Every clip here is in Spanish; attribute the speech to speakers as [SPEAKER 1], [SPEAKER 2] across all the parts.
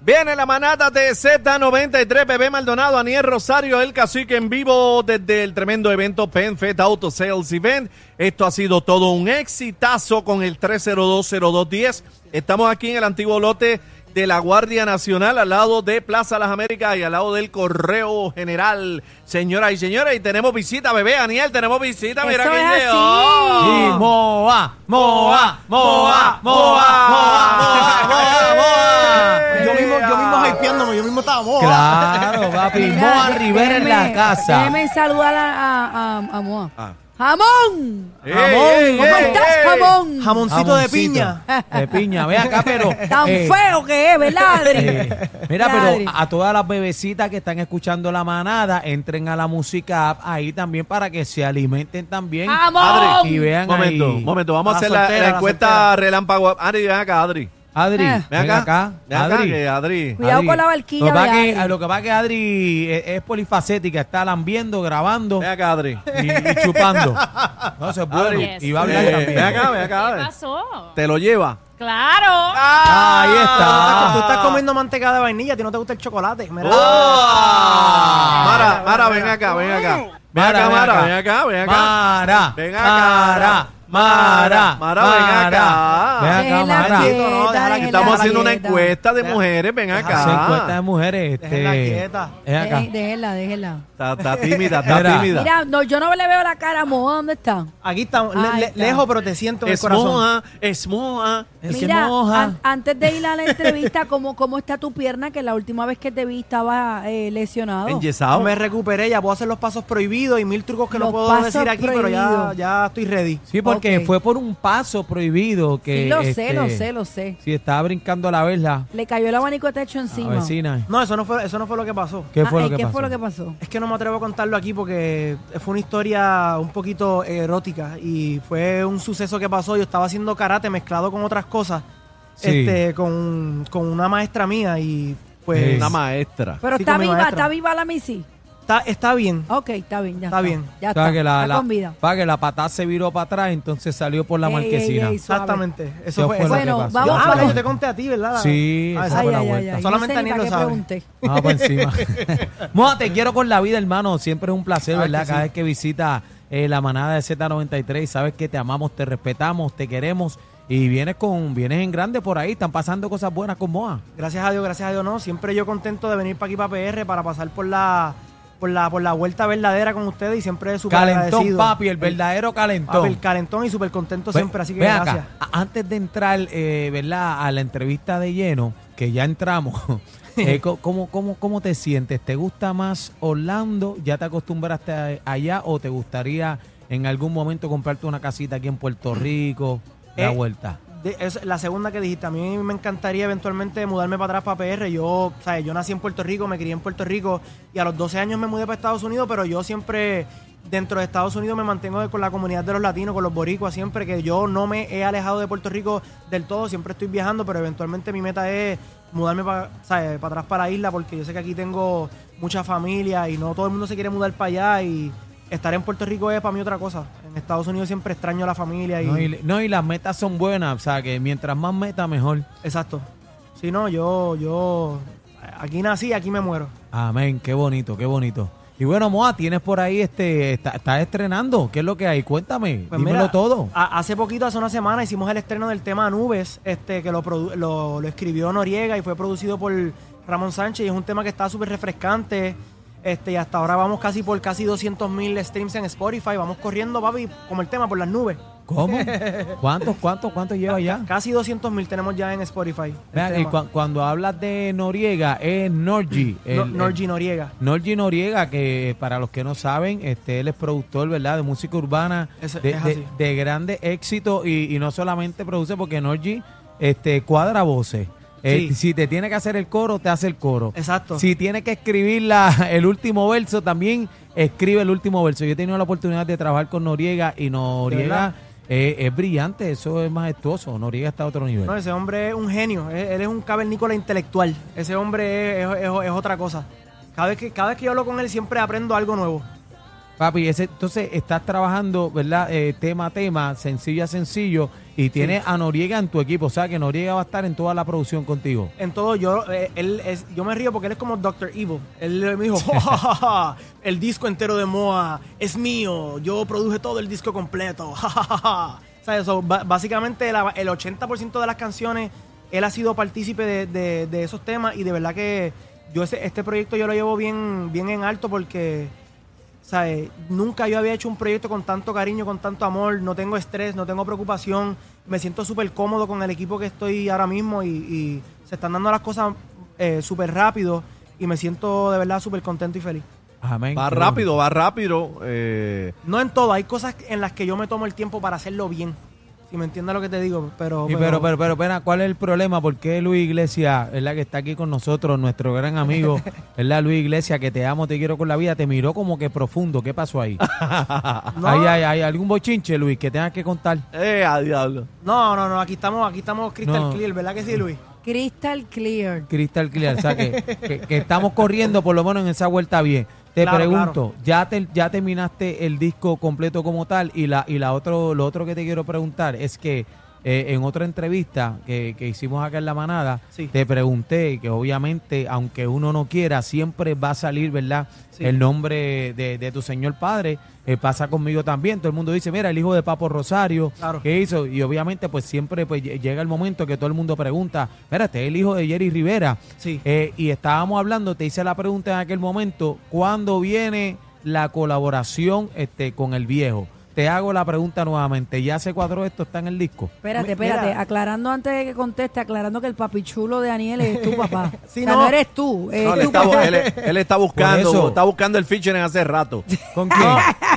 [SPEAKER 1] Viene la manada de Z93, Bebé Maldonado, Aniel Rosario, El Cacique en vivo desde el tremendo evento PenFed Auto Sales Event. Esto ha sido todo un exitazo con el 3020210. Estamos aquí en el antiguo lote de la Guardia Nacional, al lado de Plaza Las Américas y al lado del Correo General. Señoras y señores, y tenemos visita, bebé, Aniel, tenemos visita, mira
[SPEAKER 2] Eso
[SPEAKER 1] quién
[SPEAKER 2] es
[SPEAKER 1] llegó.
[SPEAKER 2] así.
[SPEAKER 1] Sí, Moa, Moa, Moa, Moa,
[SPEAKER 3] Moa, Moa,
[SPEAKER 1] Moa, Moa.
[SPEAKER 3] Yo mismo, yo mismo
[SPEAKER 1] Ah.
[SPEAKER 3] hypeándome, yo mismo estaba moa.
[SPEAKER 4] Claro, papi.
[SPEAKER 2] Mira,
[SPEAKER 4] Moa
[SPEAKER 2] dé-
[SPEAKER 4] Rivera en la
[SPEAKER 2] déjeme-
[SPEAKER 4] casa.
[SPEAKER 2] Déjeme saludar a, a, a- a Moa.
[SPEAKER 1] Ah.
[SPEAKER 2] ¡Jamón!
[SPEAKER 1] Ey,
[SPEAKER 3] Jamón,
[SPEAKER 1] ey,
[SPEAKER 2] ¿Cómo
[SPEAKER 1] ey,
[SPEAKER 2] estás,
[SPEAKER 4] Eh.
[SPEAKER 1] ey.
[SPEAKER 2] jamón?
[SPEAKER 3] Jamoncito, de piña.
[SPEAKER 4] De piña, ve acá, pero.
[SPEAKER 2] Tan
[SPEAKER 4] eh,
[SPEAKER 2] feo que es, ¿verdad, Adri?
[SPEAKER 4] eh, mira,
[SPEAKER 2] Adri.
[SPEAKER 4] pero a a todas las bebecitas que están escuchando la manada, entren a la música app ahí también para que se alimenten también.
[SPEAKER 2] ¡Jamón!
[SPEAKER 4] Adri, y vean
[SPEAKER 1] Momento,
[SPEAKER 4] ahí.
[SPEAKER 1] momento, vamos a
[SPEAKER 4] la
[SPEAKER 1] hacer la,
[SPEAKER 4] soltera,
[SPEAKER 1] la
[SPEAKER 4] la
[SPEAKER 1] encuesta relámpago. Adri, ven acá, Adri.
[SPEAKER 4] Adri,
[SPEAKER 2] Eh.
[SPEAKER 1] Ven acá. Ven acá,
[SPEAKER 4] Adri.
[SPEAKER 1] que Adri.
[SPEAKER 2] Cuidado
[SPEAKER 4] Adri.
[SPEAKER 2] con la barquilla
[SPEAKER 4] Lo que,
[SPEAKER 2] de
[SPEAKER 4] pasa que-
[SPEAKER 2] Adri.
[SPEAKER 4] lo que pasa que Adri es, es polifacética, está lambiendo, grabando
[SPEAKER 1] Ven acá, Adri.
[SPEAKER 4] y, y chupando. No, eso es bueno.
[SPEAKER 1] Adri.
[SPEAKER 4] Y va a hablar
[SPEAKER 1] Eh,
[SPEAKER 4] también.
[SPEAKER 1] Ven acá, ven acá,
[SPEAKER 5] ¿Qué
[SPEAKER 1] Adri.
[SPEAKER 5] pasó?
[SPEAKER 1] Te lo lleva. Ah,
[SPEAKER 5] Claro.
[SPEAKER 4] Ahí está.
[SPEAKER 3] Tú estás comiendo manteca de vainilla, a ti no te gusta el chocolate. Mira. Ah.
[SPEAKER 1] Oh. Mara, Mara, ven acá, ven acá. Ven acá, Mara, ven acá, ven acá.
[SPEAKER 4] Mara,
[SPEAKER 1] Ven acá.
[SPEAKER 4] Mara, Mara,
[SPEAKER 1] Mara, ven acá.
[SPEAKER 4] Ven acá,
[SPEAKER 2] Déjela
[SPEAKER 4] Mara.
[SPEAKER 2] quieta,
[SPEAKER 3] Bendito, no, déjala que
[SPEAKER 2] déjela
[SPEAKER 1] Estamos haciendo una
[SPEAKER 2] quieta.
[SPEAKER 1] encuesta de mujeres, ven
[SPEAKER 4] Se encuesta de
[SPEAKER 1] acá.
[SPEAKER 4] mujeres. Este,
[SPEAKER 3] Déjenla quieta.
[SPEAKER 4] ven acá.
[SPEAKER 2] Dé- Déjela, déjela.
[SPEAKER 1] Está, está tímida, está
[SPEAKER 4] Mira.
[SPEAKER 1] tímida.
[SPEAKER 2] Mira, no, yo no le veo la cara a Moa. ¿Dónde está?
[SPEAKER 3] Aquí estamos, le-
[SPEAKER 2] Ahí
[SPEAKER 3] le-
[SPEAKER 2] está.
[SPEAKER 3] lejos, pero te siento en el
[SPEAKER 1] Es ah,
[SPEAKER 3] corazón.
[SPEAKER 1] moja, es moja.
[SPEAKER 4] Es que
[SPEAKER 2] Mira,
[SPEAKER 4] moja.
[SPEAKER 2] an- antes de ir a la entrevista, ¿cómo, ¿cómo está tu pierna? Que la última vez que te vi estaba eh, lesionado.
[SPEAKER 1] Enyesado.
[SPEAKER 3] Me recuperé, ya puedo hacer los pasos prohibidos y mil trucos que no
[SPEAKER 2] Los
[SPEAKER 3] puedo
[SPEAKER 2] pasos
[SPEAKER 3] decir aquí, pero ya,
[SPEAKER 2] prohibidos.
[SPEAKER 3] ya estoy ready.
[SPEAKER 4] Sí, porque
[SPEAKER 2] Ok.
[SPEAKER 4] fue por un paso prohibido que.
[SPEAKER 2] Sí, lo sé,
[SPEAKER 4] este,
[SPEAKER 2] lo sé, lo sé.
[SPEAKER 4] Si estaba brincando a la verja,
[SPEAKER 2] Le cayó el abanico de techo
[SPEAKER 4] a la
[SPEAKER 2] encima.
[SPEAKER 4] vecina.
[SPEAKER 3] No, eso no fue, eso no fue lo que pasó.
[SPEAKER 4] ¿Qué fue
[SPEAKER 2] Ah,
[SPEAKER 4] lo
[SPEAKER 2] ¿y
[SPEAKER 4] que
[SPEAKER 2] ¿Qué
[SPEAKER 4] pasó?
[SPEAKER 2] fue lo que pasó?
[SPEAKER 3] Es que no me atrevo a contarlo aquí porque fue una historia un poquito erótica y fue un suceso que pasó. Yo estaba haciendo karate mezclado con otras cosas,
[SPEAKER 4] Sí.
[SPEAKER 3] este, con, con una maestra mía y pues
[SPEAKER 4] Sí.
[SPEAKER 1] Una maestra.
[SPEAKER 2] Pero
[SPEAKER 3] Sí,
[SPEAKER 2] está
[SPEAKER 3] con mi
[SPEAKER 2] viva,
[SPEAKER 3] maestra.
[SPEAKER 2] está viva la Missy.
[SPEAKER 3] está, está bien.
[SPEAKER 2] Ok, está bien, ya está.
[SPEAKER 3] Está bien.
[SPEAKER 2] Ya
[SPEAKER 4] O sea,
[SPEAKER 2] está,
[SPEAKER 4] que la,
[SPEAKER 2] está
[SPEAKER 4] la-
[SPEAKER 2] con vida.
[SPEAKER 4] o sea, que la patada se viró para atrás, entonces salió por la
[SPEAKER 2] Ey, ey,
[SPEAKER 4] marquesina.
[SPEAKER 2] ey, suave.
[SPEAKER 3] Exactamente.
[SPEAKER 4] Eso
[SPEAKER 3] Eso fue.
[SPEAKER 4] fue lo
[SPEAKER 3] esa-
[SPEAKER 4] que
[SPEAKER 2] Bueno,
[SPEAKER 4] pasó.
[SPEAKER 2] vamos
[SPEAKER 3] Ah,
[SPEAKER 2] para-
[SPEAKER 3] pero yo te conté a ti, ¿verdad?
[SPEAKER 4] Sí, esa
[SPEAKER 3] Ah, esa
[SPEAKER 4] fue
[SPEAKER 2] Ay,
[SPEAKER 4] la
[SPEAKER 2] ay, ay,
[SPEAKER 4] vuelta.
[SPEAKER 2] ay.
[SPEAKER 3] Solamente
[SPEAKER 2] no sé ni
[SPEAKER 3] Aniel
[SPEAKER 2] para
[SPEAKER 3] lo
[SPEAKER 2] qué
[SPEAKER 3] sabe.
[SPEAKER 2] pregunté.
[SPEAKER 4] Vamos por encima. Moa, te quiero con la vida, hermano. Siempre es un placer,
[SPEAKER 2] Ah,
[SPEAKER 3] Sabes
[SPEAKER 4] ¿verdad?
[SPEAKER 3] que
[SPEAKER 4] Cada
[SPEAKER 3] sí.
[SPEAKER 4] vez que visita eh, la manada de Z93, sabes que te amamos, te respetamos, te queremos y vienes con vienes en grande por ahí. Están pasando cosas buenas con Moa.
[SPEAKER 3] Gracias a Dios, gracias a Dios, no. Siempre yo contento de venir para aquí para PR para pasar por la por la por la vuelta verdadera con ustedes y siempre súper
[SPEAKER 4] Calentón,
[SPEAKER 3] agradecido.
[SPEAKER 4] papi, el verdadero calentón.
[SPEAKER 3] Papi, el calentón y súper contento
[SPEAKER 4] Ve-
[SPEAKER 3] siempre, así que
[SPEAKER 4] Pues, ve
[SPEAKER 3] gracias.
[SPEAKER 4] acá, a- antes de entrar, eh, ¿verdad? A la entrevista de lleno, que ya entramos. eh, co- ¿cómo, cómo, ¿Cómo te sientes? ¿Te gusta más Orlando? ¿Ya te acostumbraste a- allá o te gustaría en algún momento comprarte una casita aquí en Puerto Rico? La
[SPEAKER 3] Mm. Eh,
[SPEAKER 4] vuelta.
[SPEAKER 3] De- es la segunda que dijiste, a mí me encantaría eventualmente mudarme para atrás para PR. Yo, ¿sabes? yo nací en Puerto Rico, me crié en Puerto Rico y a los 12 años me mudé para Estados Unidos, pero yo siempre dentro de Estados Unidos me mantengo con la comunidad de los latinos, con los boricuas, siempre que yo no me he alejado de Puerto Rico del todo, siempre estoy viajando, pero eventualmente mi meta es mudarme para eh, para atrás para la isla porque yo sé que aquí tengo mucha familia y no todo el mundo se quiere mudar para allá y estar en Puerto Rico es para mí otra cosa. En Estados Unidos siempre extraño a la familia y
[SPEAKER 4] No y, no, y las metas son buenas, o sea, que mientras más metas, mejor.
[SPEAKER 3] Exacto. Si no, yo, yo, aquí nací, aquí me muero.
[SPEAKER 4] Amén, qué bonito, qué bonito. Y bueno, Moa, tienes por ahí, este, está- estás estrenando, ¿qué es lo que hay? Cuéntame,
[SPEAKER 3] Pues
[SPEAKER 4] dímelo
[SPEAKER 3] mira,
[SPEAKER 4] todo.
[SPEAKER 3] a- hace poquito, hace una semana, hicimos el estreno del tema Nubes, este, que lo, produ- lo, lo escribió Noriega y fue producido por Ramón Sánchez. Y es un tema que está súper refrescante. Este, y hasta ahora vamos casi por casi 200 mil streams en Spotify. Vamos corriendo, papi, como el tema, por las nubes.
[SPEAKER 4] ¿Cómo? ¿Cuántos, cuántos, cuántos lleva ya?
[SPEAKER 3] Casi 200 mil tenemos ya en Spotify. el
[SPEAKER 4] Vean, y
[SPEAKER 3] tema.
[SPEAKER 4] cua- cuando hablas de Noriega, es Norgi.
[SPEAKER 3] No-
[SPEAKER 4] el-
[SPEAKER 3] Norgy
[SPEAKER 4] el-
[SPEAKER 3] Noriega.
[SPEAKER 4] Norgy Noriega, que eh, para los que no saben, este, él es productor, ¿verdad?, de música urbana,
[SPEAKER 3] Es-
[SPEAKER 4] de,
[SPEAKER 3] es
[SPEAKER 4] de-
[SPEAKER 3] así.
[SPEAKER 4] de grandes éxitos, y, y no solamente produce, porque Norgi este, cuadra voces. Eh,
[SPEAKER 3] Sí.
[SPEAKER 4] Si te tiene que hacer el coro, te hace el coro.
[SPEAKER 3] Exacto.
[SPEAKER 4] Si tiene que escribir la- el último verso, también escribe el último verso. Yo he tenido la oportunidad de trabajar con Noriega, y Noriega
[SPEAKER 3] verdad?
[SPEAKER 4] eh, es brillante, eso es majestuoso. Noriega está a otro nivel.
[SPEAKER 3] No, ese hombre es un genio. e, Él, él es un cavernícola intelectual. Ese hombre es, es- es- es otra cosa. Cada vez, que, cada vez que yo hablo con él siempre aprendo algo nuevo.
[SPEAKER 4] Papi, ese, entonces estás trabajando, ¿verdad? Eh, tema a tema, sencillo a sencillo, y tienes a Noriega en tu equipo. O sea, que Noriega va a estar en toda la producción contigo.
[SPEAKER 3] En todo, yo, eh, él es- yo me río porque él es como Dr. Evil. Él me dijo, el disco entero de Moa es mío, yo produje todo el disco completo. ¿Sabes? So, ba- básicamente la- el 80% de las canciones, él ha sido partícipe de, de- de esos temas y de verdad que yo ese- este proyecto yo lo llevo bien, bien en alto porque... ¿sabes? Nunca yo había hecho un proyecto con tanto cariño, con tanto amor. No tengo estrés, no tengo preocupación. Me siento súper cómodo con el equipo que estoy ahora mismo y, y se están dando las cosas eh, súper rápido y me siento de verdad súper contento y feliz.
[SPEAKER 4] Amén.
[SPEAKER 1] Va
[SPEAKER 4] Qué bueno.
[SPEAKER 1] rápido, va rápido. eh,
[SPEAKER 3] No en todo, hay cosas en las que yo me tomo el tiempo para hacerlo bien. Si me entiendes lo que te digo, pero...
[SPEAKER 4] Y pero, pero, pero, espera, ¿cuál es el problema? ¿Por qué Luis Iglesias, ¿verdad? Que está aquí con nosotros, nuestro gran amigo, ¿verdad? Luis Iglesias, que te amo, te quiero con la vida, te miró como que profundo. ¿Qué pasó ahí?
[SPEAKER 3] No.
[SPEAKER 4] Ahí hay, hay algún bochinche, Luis, que tengas que contar.
[SPEAKER 1] eh, a diablo.
[SPEAKER 3] No, no, no, aquí estamos, aquí estamos Crystal
[SPEAKER 4] No.
[SPEAKER 3] Clear, ¿verdad que sí, Luis?
[SPEAKER 2] Crystal Clear.
[SPEAKER 4] Crystal Clear, o sea, que, que- que estamos corriendo por lo menos en esa vuelta bien. Te
[SPEAKER 3] Claro,
[SPEAKER 4] pregunto, ya te, ya terminaste el disco completo como tal y la y la otro lo otro que te quiero preguntar es que eh, en otra entrevista que, que hicimos acá en la manada
[SPEAKER 3] Sí.
[SPEAKER 4] te pregunté que obviamente aunque uno no quiera siempre va a salir, ¿verdad?
[SPEAKER 3] Sí.
[SPEAKER 4] El nombre de, de tu señor padre eh, pasa conmigo también. Todo el mundo dice, mira, el hijo de Papo Rosario,
[SPEAKER 3] Claro.
[SPEAKER 4] que hizo? Y obviamente, pues siempre pues, lle- llega el momento que todo el mundo pregunta, mira, este es el hijo de Jerry Rivera.
[SPEAKER 3] Sí.
[SPEAKER 4] Eh, y estábamos hablando, te hice la pregunta en aquel momento, ¿cuándo viene la colaboración este, con el viejo? Te hago la pregunta nuevamente, ¿ya se cuadró esto? ¿Está en el disco?
[SPEAKER 2] Espérate,
[SPEAKER 3] Mi-
[SPEAKER 2] espérate,
[SPEAKER 3] mira.
[SPEAKER 2] aclarando antes de que conteste, aclarando que el papichulo de Daniel es tu papá.
[SPEAKER 3] Sí,
[SPEAKER 2] o sea,
[SPEAKER 3] no.
[SPEAKER 2] no, eres Eh, tú, es
[SPEAKER 1] No, él,
[SPEAKER 2] tu
[SPEAKER 1] está, bu-
[SPEAKER 2] papá.
[SPEAKER 1] él- él está buscando,
[SPEAKER 4] Por eso.
[SPEAKER 1] está buscando el featuring hace rato.
[SPEAKER 4] ¿Con quién?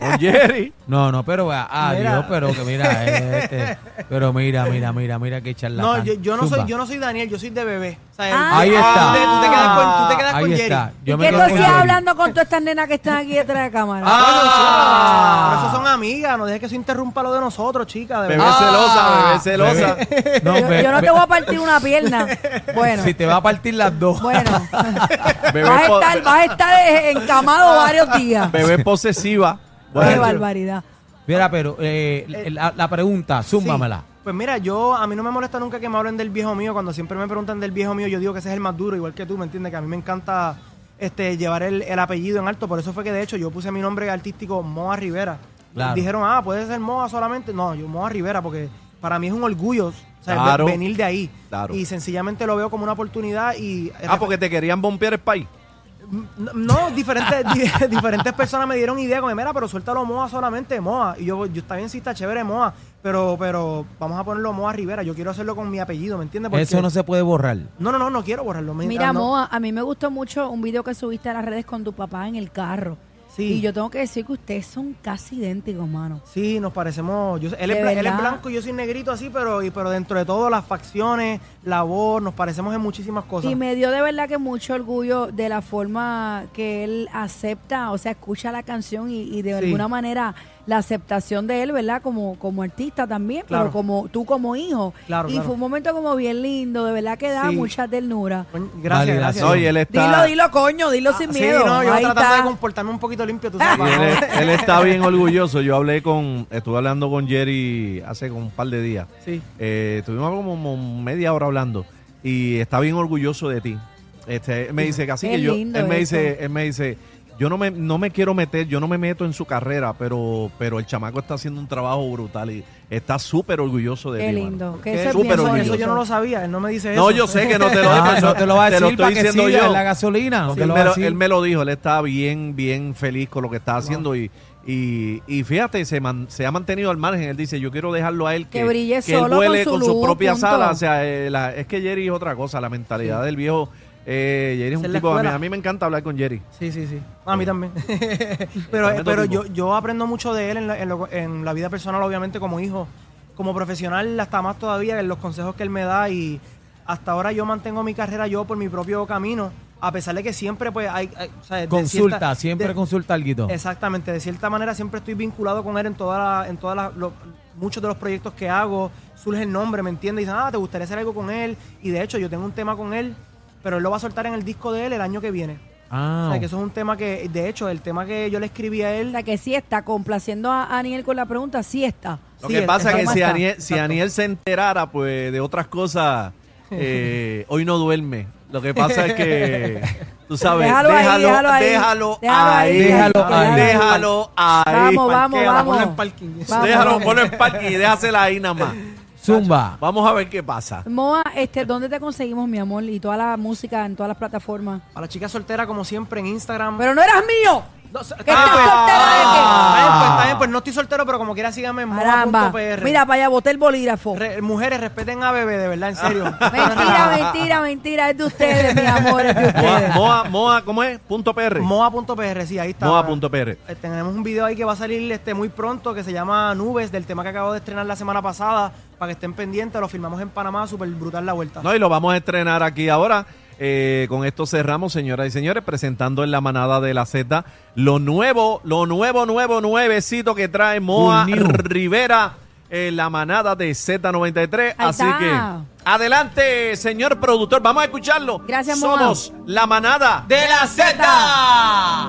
[SPEAKER 1] Con Jerry.
[SPEAKER 4] No, no, pero ah, ah,
[SPEAKER 3] Mira.
[SPEAKER 4] Dios, pero que mira, eh, este, pero mira, mira, mira, mira qué charlatán.
[SPEAKER 3] No, yo, yo no soy,
[SPEAKER 4] Zumba.
[SPEAKER 3] yo no soy Daniel, yo soy de bebé. O sea,
[SPEAKER 2] Ah.
[SPEAKER 4] Ahí está.
[SPEAKER 3] Tú te- tú te quedas con, tú te quedas
[SPEAKER 4] Ah, Ahí
[SPEAKER 3] con Jerry.
[SPEAKER 4] está. Yo
[SPEAKER 2] ¿Y
[SPEAKER 4] me
[SPEAKER 2] qué tú
[SPEAKER 4] quedo con
[SPEAKER 2] hacías
[SPEAKER 4] Jerry.
[SPEAKER 2] hablando con todas estas nenas que están aquí detrás de
[SPEAKER 1] Ah.
[SPEAKER 2] cámara?
[SPEAKER 4] Ah.
[SPEAKER 3] Pero eso son amigas, no dejes que eso interrumpa lo de nosotros, chicas. De
[SPEAKER 1] Bebé
[SPEAKER 3] verdad.
[SPEAKER 4] Ah.
[SPEAKER 1] celosa, bebé celosa.
[SPEAKER 4] Bebé. No, pues,
[SPEAKER 2] yo,
[SPEAKER 4] be-
[SPEAKER 2] yo no
[SPEAKER 4] be-
[SPEAKER 2] te voy a partir una pierna. Bueno,
[SPEAKER 4] Si te va a partir las dos.
[SPEAKER 2] bueno.
[SPEAKER 1] Bebé,
[SPEAKER 2] vas, a
[SPEAKER 1] po-
[SPEAKER 2] estar, vas a estar eh, encamado varios días.
[SPEAKER 1] bebé posesiva.
[SPEAKER 2] Qué
[SPEAKER 1] Bueno,
[SPEAKER 2] barbaridad.
[SPEAKER 4] Mira, pero eh, la, la pregunta, zúmbamela.
[SPEAKER 3] Sí. Pues mira, yo a mí no me molesta nunca que me hablen del viejo mío. Cuando siempre me preguntan del viejo mío, yo digo que ese es el más duro, igual que tú, ¿me entiendes? Que a mí me encanta este llevar el, el apellido en alto. Por eso fue que de hecho yo puse mi nombre artístico Moa Rivera.
[SPEAKER 4] Claro.
[SPEAKER 3] Dijeron, ah, puede ser Moa solamente. No, yo Moa Rivera, porque para mí es un orgullo o sea,
[SPEAKER 1] Claro.
[SPEAKER 3] ve- venir de ahí.
[SPEAKER 1] Claro.
[SPEAKER 3] Y sencillamente lo veo como una oportunidad y
[SPEAKER 1] Ah, porque te querían bombear el país.
[SPEAKER 3] No, no, diferentes, di- diferentes personas me dieron idea con mira, pero suéltalo Moa solamente, Moa. Y yo, yo está bien si está chévere Moa, pero, pero vamos a ponerlo Moa Rivera. Yo quiero hacerlo con mi apellido, ¿me entiendes? Porque-
[SPEAKER 4] Eso no se puede borrar.
[SPEAKER 3] no, no, no, no quiero borrarlo. me-
[SPEAKER 2] Mira,
[SPEAKER 3] ah, no.
[SPEAKER 2] Moa, a mí me gustó mucho un video que subiste a las redes con tu papá en el carro.
[SPEAKER 3] Sí.
[SPEAKER 2] Y yo tengo que decir que ustedes son casi idénticos, mano.
[SPEAKER 3] Sí, nos parecemos. yo- él, es,
[SPEAKER 2] De
[SPEAKER 3] bla- él es
[SPEAKER 2] verdad.
[SPEAKER 3] blanco y yo soy negrito así, pero, y- pero dentro de todo, las facciones, la voz, nos parecemos en muchísimas cosas.
[SPEAKER 2] Y me dio de verdad que mucho orgullo de la forma que él acepta, o sea, escucha la canción y, y de
[SPEAKER 3] Sí.
[SPEAKER 2] alguna manera la aceptación de él, ¿verdad? Como, como artista también,
[SPEAKER 3] Claro.
[SPEAKER 2] pero como tú como hijo.
[SPEAKER 3] Claro,
[SPEAKER 2] y
[SPEAKER 3] claro.
[SPEAKER 2] fue un momento como bien lindo, de verdad que da
[SPEAKER 3] Sí.
[SPEAKER 2] mucha ternura.
[SPEAKER 3] Coño,
[SPEAKER 4] Validación.
[SPEAKER 3] Gracias, gracias.
[SPEAKER 1] No, y él
[SPEAKER 2] Dilo,
[SPEAKER 1] está.
[SPEAKER 2] dilo, coño, dilo sin
[SPEAKER 3] Ah, Sí,
[SPEAKER 2] miedo.
[SPEAKER 3] no, yo
[SPEAKER 2] Ahí
[SPEAKER 3] tratando
[SPEAKER 2] está.
[SPEAKER 3] de comportarme un poquito limpio, tú sabes.
[SPEAKER 1] y él,
[SPEAKER 3] para no-
[SPEAKER 1] él está bien orgulloso. Yo hablé con, estuve hablando con Jerry hace como un par de días.
[SPEAKER 3] Sí.
[SPEAKER 1] Eh, estuvimos como media hora hablando y está bien orgulloso de ti. Este, él me dice que así
[SPEAKER 2] Qué
[SPEAKER 1] que yo,
[SPEAKER 2] lindo
[SPEAKER 1] él me
[SPEAKER 2] eso.
[SPEAKER 1] dice, él me dice, yo no me, no me quiero meter, yo no me meto en su carrera, pero, pero el chamaco está haciendo un trabajo brutal y está súper orgulloso de
[SPEAKER 2] Qué
[SPEAKER 1] ti.
[SPEAKER 2] lindo.
[SPEAKER 1] mano.
[SPEAKER 2] que
[SPEAKER 3] Que
[SPEAKER 2] eso es
[SPEAKER 1] Súper
[SPEAKER 2] bien
[SPEAKER 3] eso-
[SPEAKER 1] orgulloso.
[SPEAKER 3] Eso yo no lo sabía, él no me dice eso.
[SPEAKER 1] No, yo sé que no te lo,
[SPEAKER 4] Ah, no te lo va a
[SPEAKER 1] te
[SPEAKER 4] decir
[SPEAKER 1] estoy
[SPEAKER 4] para que
[SPEAKER 1] diciendo
[SPEAKER 4] siga
[SPEAKER 1] yo.
[SPEAKER 4] la
[SPEAKER 3] Ah,
[SPEAKER 4] gasolina. No
[SPEAKER 1] Sí,
[SPEAKER 4] te
[SPEAKER 1] él,
[SPEAKER 4] lo va
[SPEAKER 1] me
[SPEAKER 4] a
[SPEAKER 1] lo,
[SPEAKER 4] decir.
[SPEAKER 1] él me lo dijo, él está bien, bien feliz con lo que está haciendo y, y, y fíjate, se, man- se ha mantenido al margen. Él dice, yo quiero dejarlo a él que,
[SPEAKER 2] Que brille
[SPEAKER 1] él
[SPEAKER 2] solo
[SPEAKER 1] vuele
[SPEAKER 2] con
[SPEAKER 1] con,
[SPEAKER 2] su
[SPEAKER 1] sus
[SPEAKER 2] luz,
[SPEAKER 1] propias
[SPEAKER 2] punto.
[SPEAKER 1] alas. O sea, eh, la- es que Jerry es otra cosa, la mentalidad del viejo. Eh, Jerry es
[SPEAKER 3] Esa
[SPEAKER 1] un
[SPEAKER 3] es la
[SPEAKER 1] tipo, a mí,
[SPEAKER 3] escuela.
[SPEAKER 1] a mí me encanta hablar con Jerry.
[SPEAKER 3] Sí, sí, sí. A mí también. pero
[SPEAKER 1] Tremendo
[SPEAKER 3] pero
[SPEAKER 1] tipo.
[SPEAKER 3] yo, yo aprendo mucho de él en la, en lo- en la vida personal, obviamente, como hijo, como profesional, hasta más todavía, en los consejos que él me da. Y hasta ahora yo mantengo mi carrera yo por mi propio camino, a pesar de que siempre, pues, hay. hay- o sea, de
[SPEAKER 4] Consulta,
[SPEAKER 3] cierta-
[SPEAKER 4] siempre
[SPEAKER 3] de-
[SPEAKER 4] consulta algo.
[SPEAKER 3] Exactamente, de cierta manera siempre estoy vinculado con él en todas las- en todas las- los- muchos de los proyectos que hago, surge el nombre, ¿me entiendes? Y dicen, ah, te gustaría hacer algo con él. Y de hecho, yo tengo un tema con él, pero él lo va a soltar en el disco de él el año que viene.
[SPEAKER 4] Ah,
[SPEAKER 3] O sea, que eso es un tema que, de hecho, el tema que yo le escribí a él,
[SPEAKER 2] O sea, que sí está, complaciendo a Aniel con la pregunta, sí está.
[SPEAKER 1] Lo
[SPEAKER 3] Sí,
[SPEAKER 1] que
[SPEAKER 3] el-
[SPEAKER 1] pasa es que
[SPEAKER 2] el tema
[SPEAKER 1] si
[SPEAKER 2] está.
[SPEAKER 1] Aniel, si
[SPEAKER 3] Exacto.
[SPEAKER 1] Aniel se enterara pues de otras cosas, eh, hoy no duerme. Lo que pasa es que, tú sabes,
[SPEAKER 2] Déjalo
[SPEAKER 1] déjalo,
[SPEAKER 2] ahí,
[SPEAKER 1] déjalo,
[SPEAKER 2] déjalo ahí. Déjalo ahí,
[SPEAKER 1] ahí,
[SPEAKER 4] déjalo ahí.
[SPEAKER 1] déjalo ahí.
[SPEAKER 2] Vamos, vamos,
[SPEAKER 3] parquéala,
[SPEAKER 2] vamos.
[SPEAKER 3] ponla en parking.
[SPEAKER 2] Vamos,
[SPEAKER 1] Déjalo,
[SPEAKER 2] vamos.
[SPEAKER 1] ponlo en parking y déjasela ahí nada más.
[SPEAKER 4] Zumba.
[SPEAKER 1] Vamos a ver qué pasa.
[SPEAKER 2] Moa, este, ¿dónde te conseguimos, mi amor? Y toda la música en todas las plataformas.
[SPEAKER 3] a la chica soltera, como siempre, en Instagram.
[SPEAKER 2] Pero no eras mío.
[SPEAKER 3] No, so-
[SPEAKER 2] ¿Qué estás soltero de qué?
[SPEAKER 3] está bien, pues, está bien, pues no estoy soltero, pero como quiera síganme en
[SPEAKER 2] Caramba.
[SPEAKER 3] moa.pr.
[SPEAKER 2] Mira, para allá boté el bolígrafo.
[SPEAKER 3] Re- mujeres, respeten a bebé, de verdad, en serio.
[SPEAKER 2] Mentira, mentira, mentira. Es de ustedes, mi amor. Es de
[SPEAKER 1] Moa,
[SPEAKER 2] ustedes.
[SPEAKER 1] Moa, Moa, ¿cómo es? Punto PR.
[SPEAKER 3] Moa.pr, sí, ahí está.
[SPEAKER 1] Moa.pr.
[SPEAKER 3] Eh, Tenemos un video ahí que va a salir este, muy pronto que se llama Nubes, del tema que acabo de estrenar la semana pasada. Para que estén pendientes, lo filmamos en Panamá, súper brutal la vuelta.
[SPEAKER 1] No, y lo vamos a estrenar aquí ahora. Eh, con esto cerramos, señoras y señores, presentando en la manada de la Z lo nuevo, lo nuevo, nuevo, nuevecito que trae Moa
[SPEAKER 4] Good news.
[SPEAKER 1] Rivera en la manada de Z93.
[SPEAKER 2] Ahí
[SPEAKER 1] Así
[SPEAKER 2] está.
[SPEAKER 1] que adelante, señor productor, vamos a escucharlo.
[SPEAKER 2] Gracias, Moa.
[SPEAKER 1] Somos la manada
[SPEAKER 3] ¡De la Z!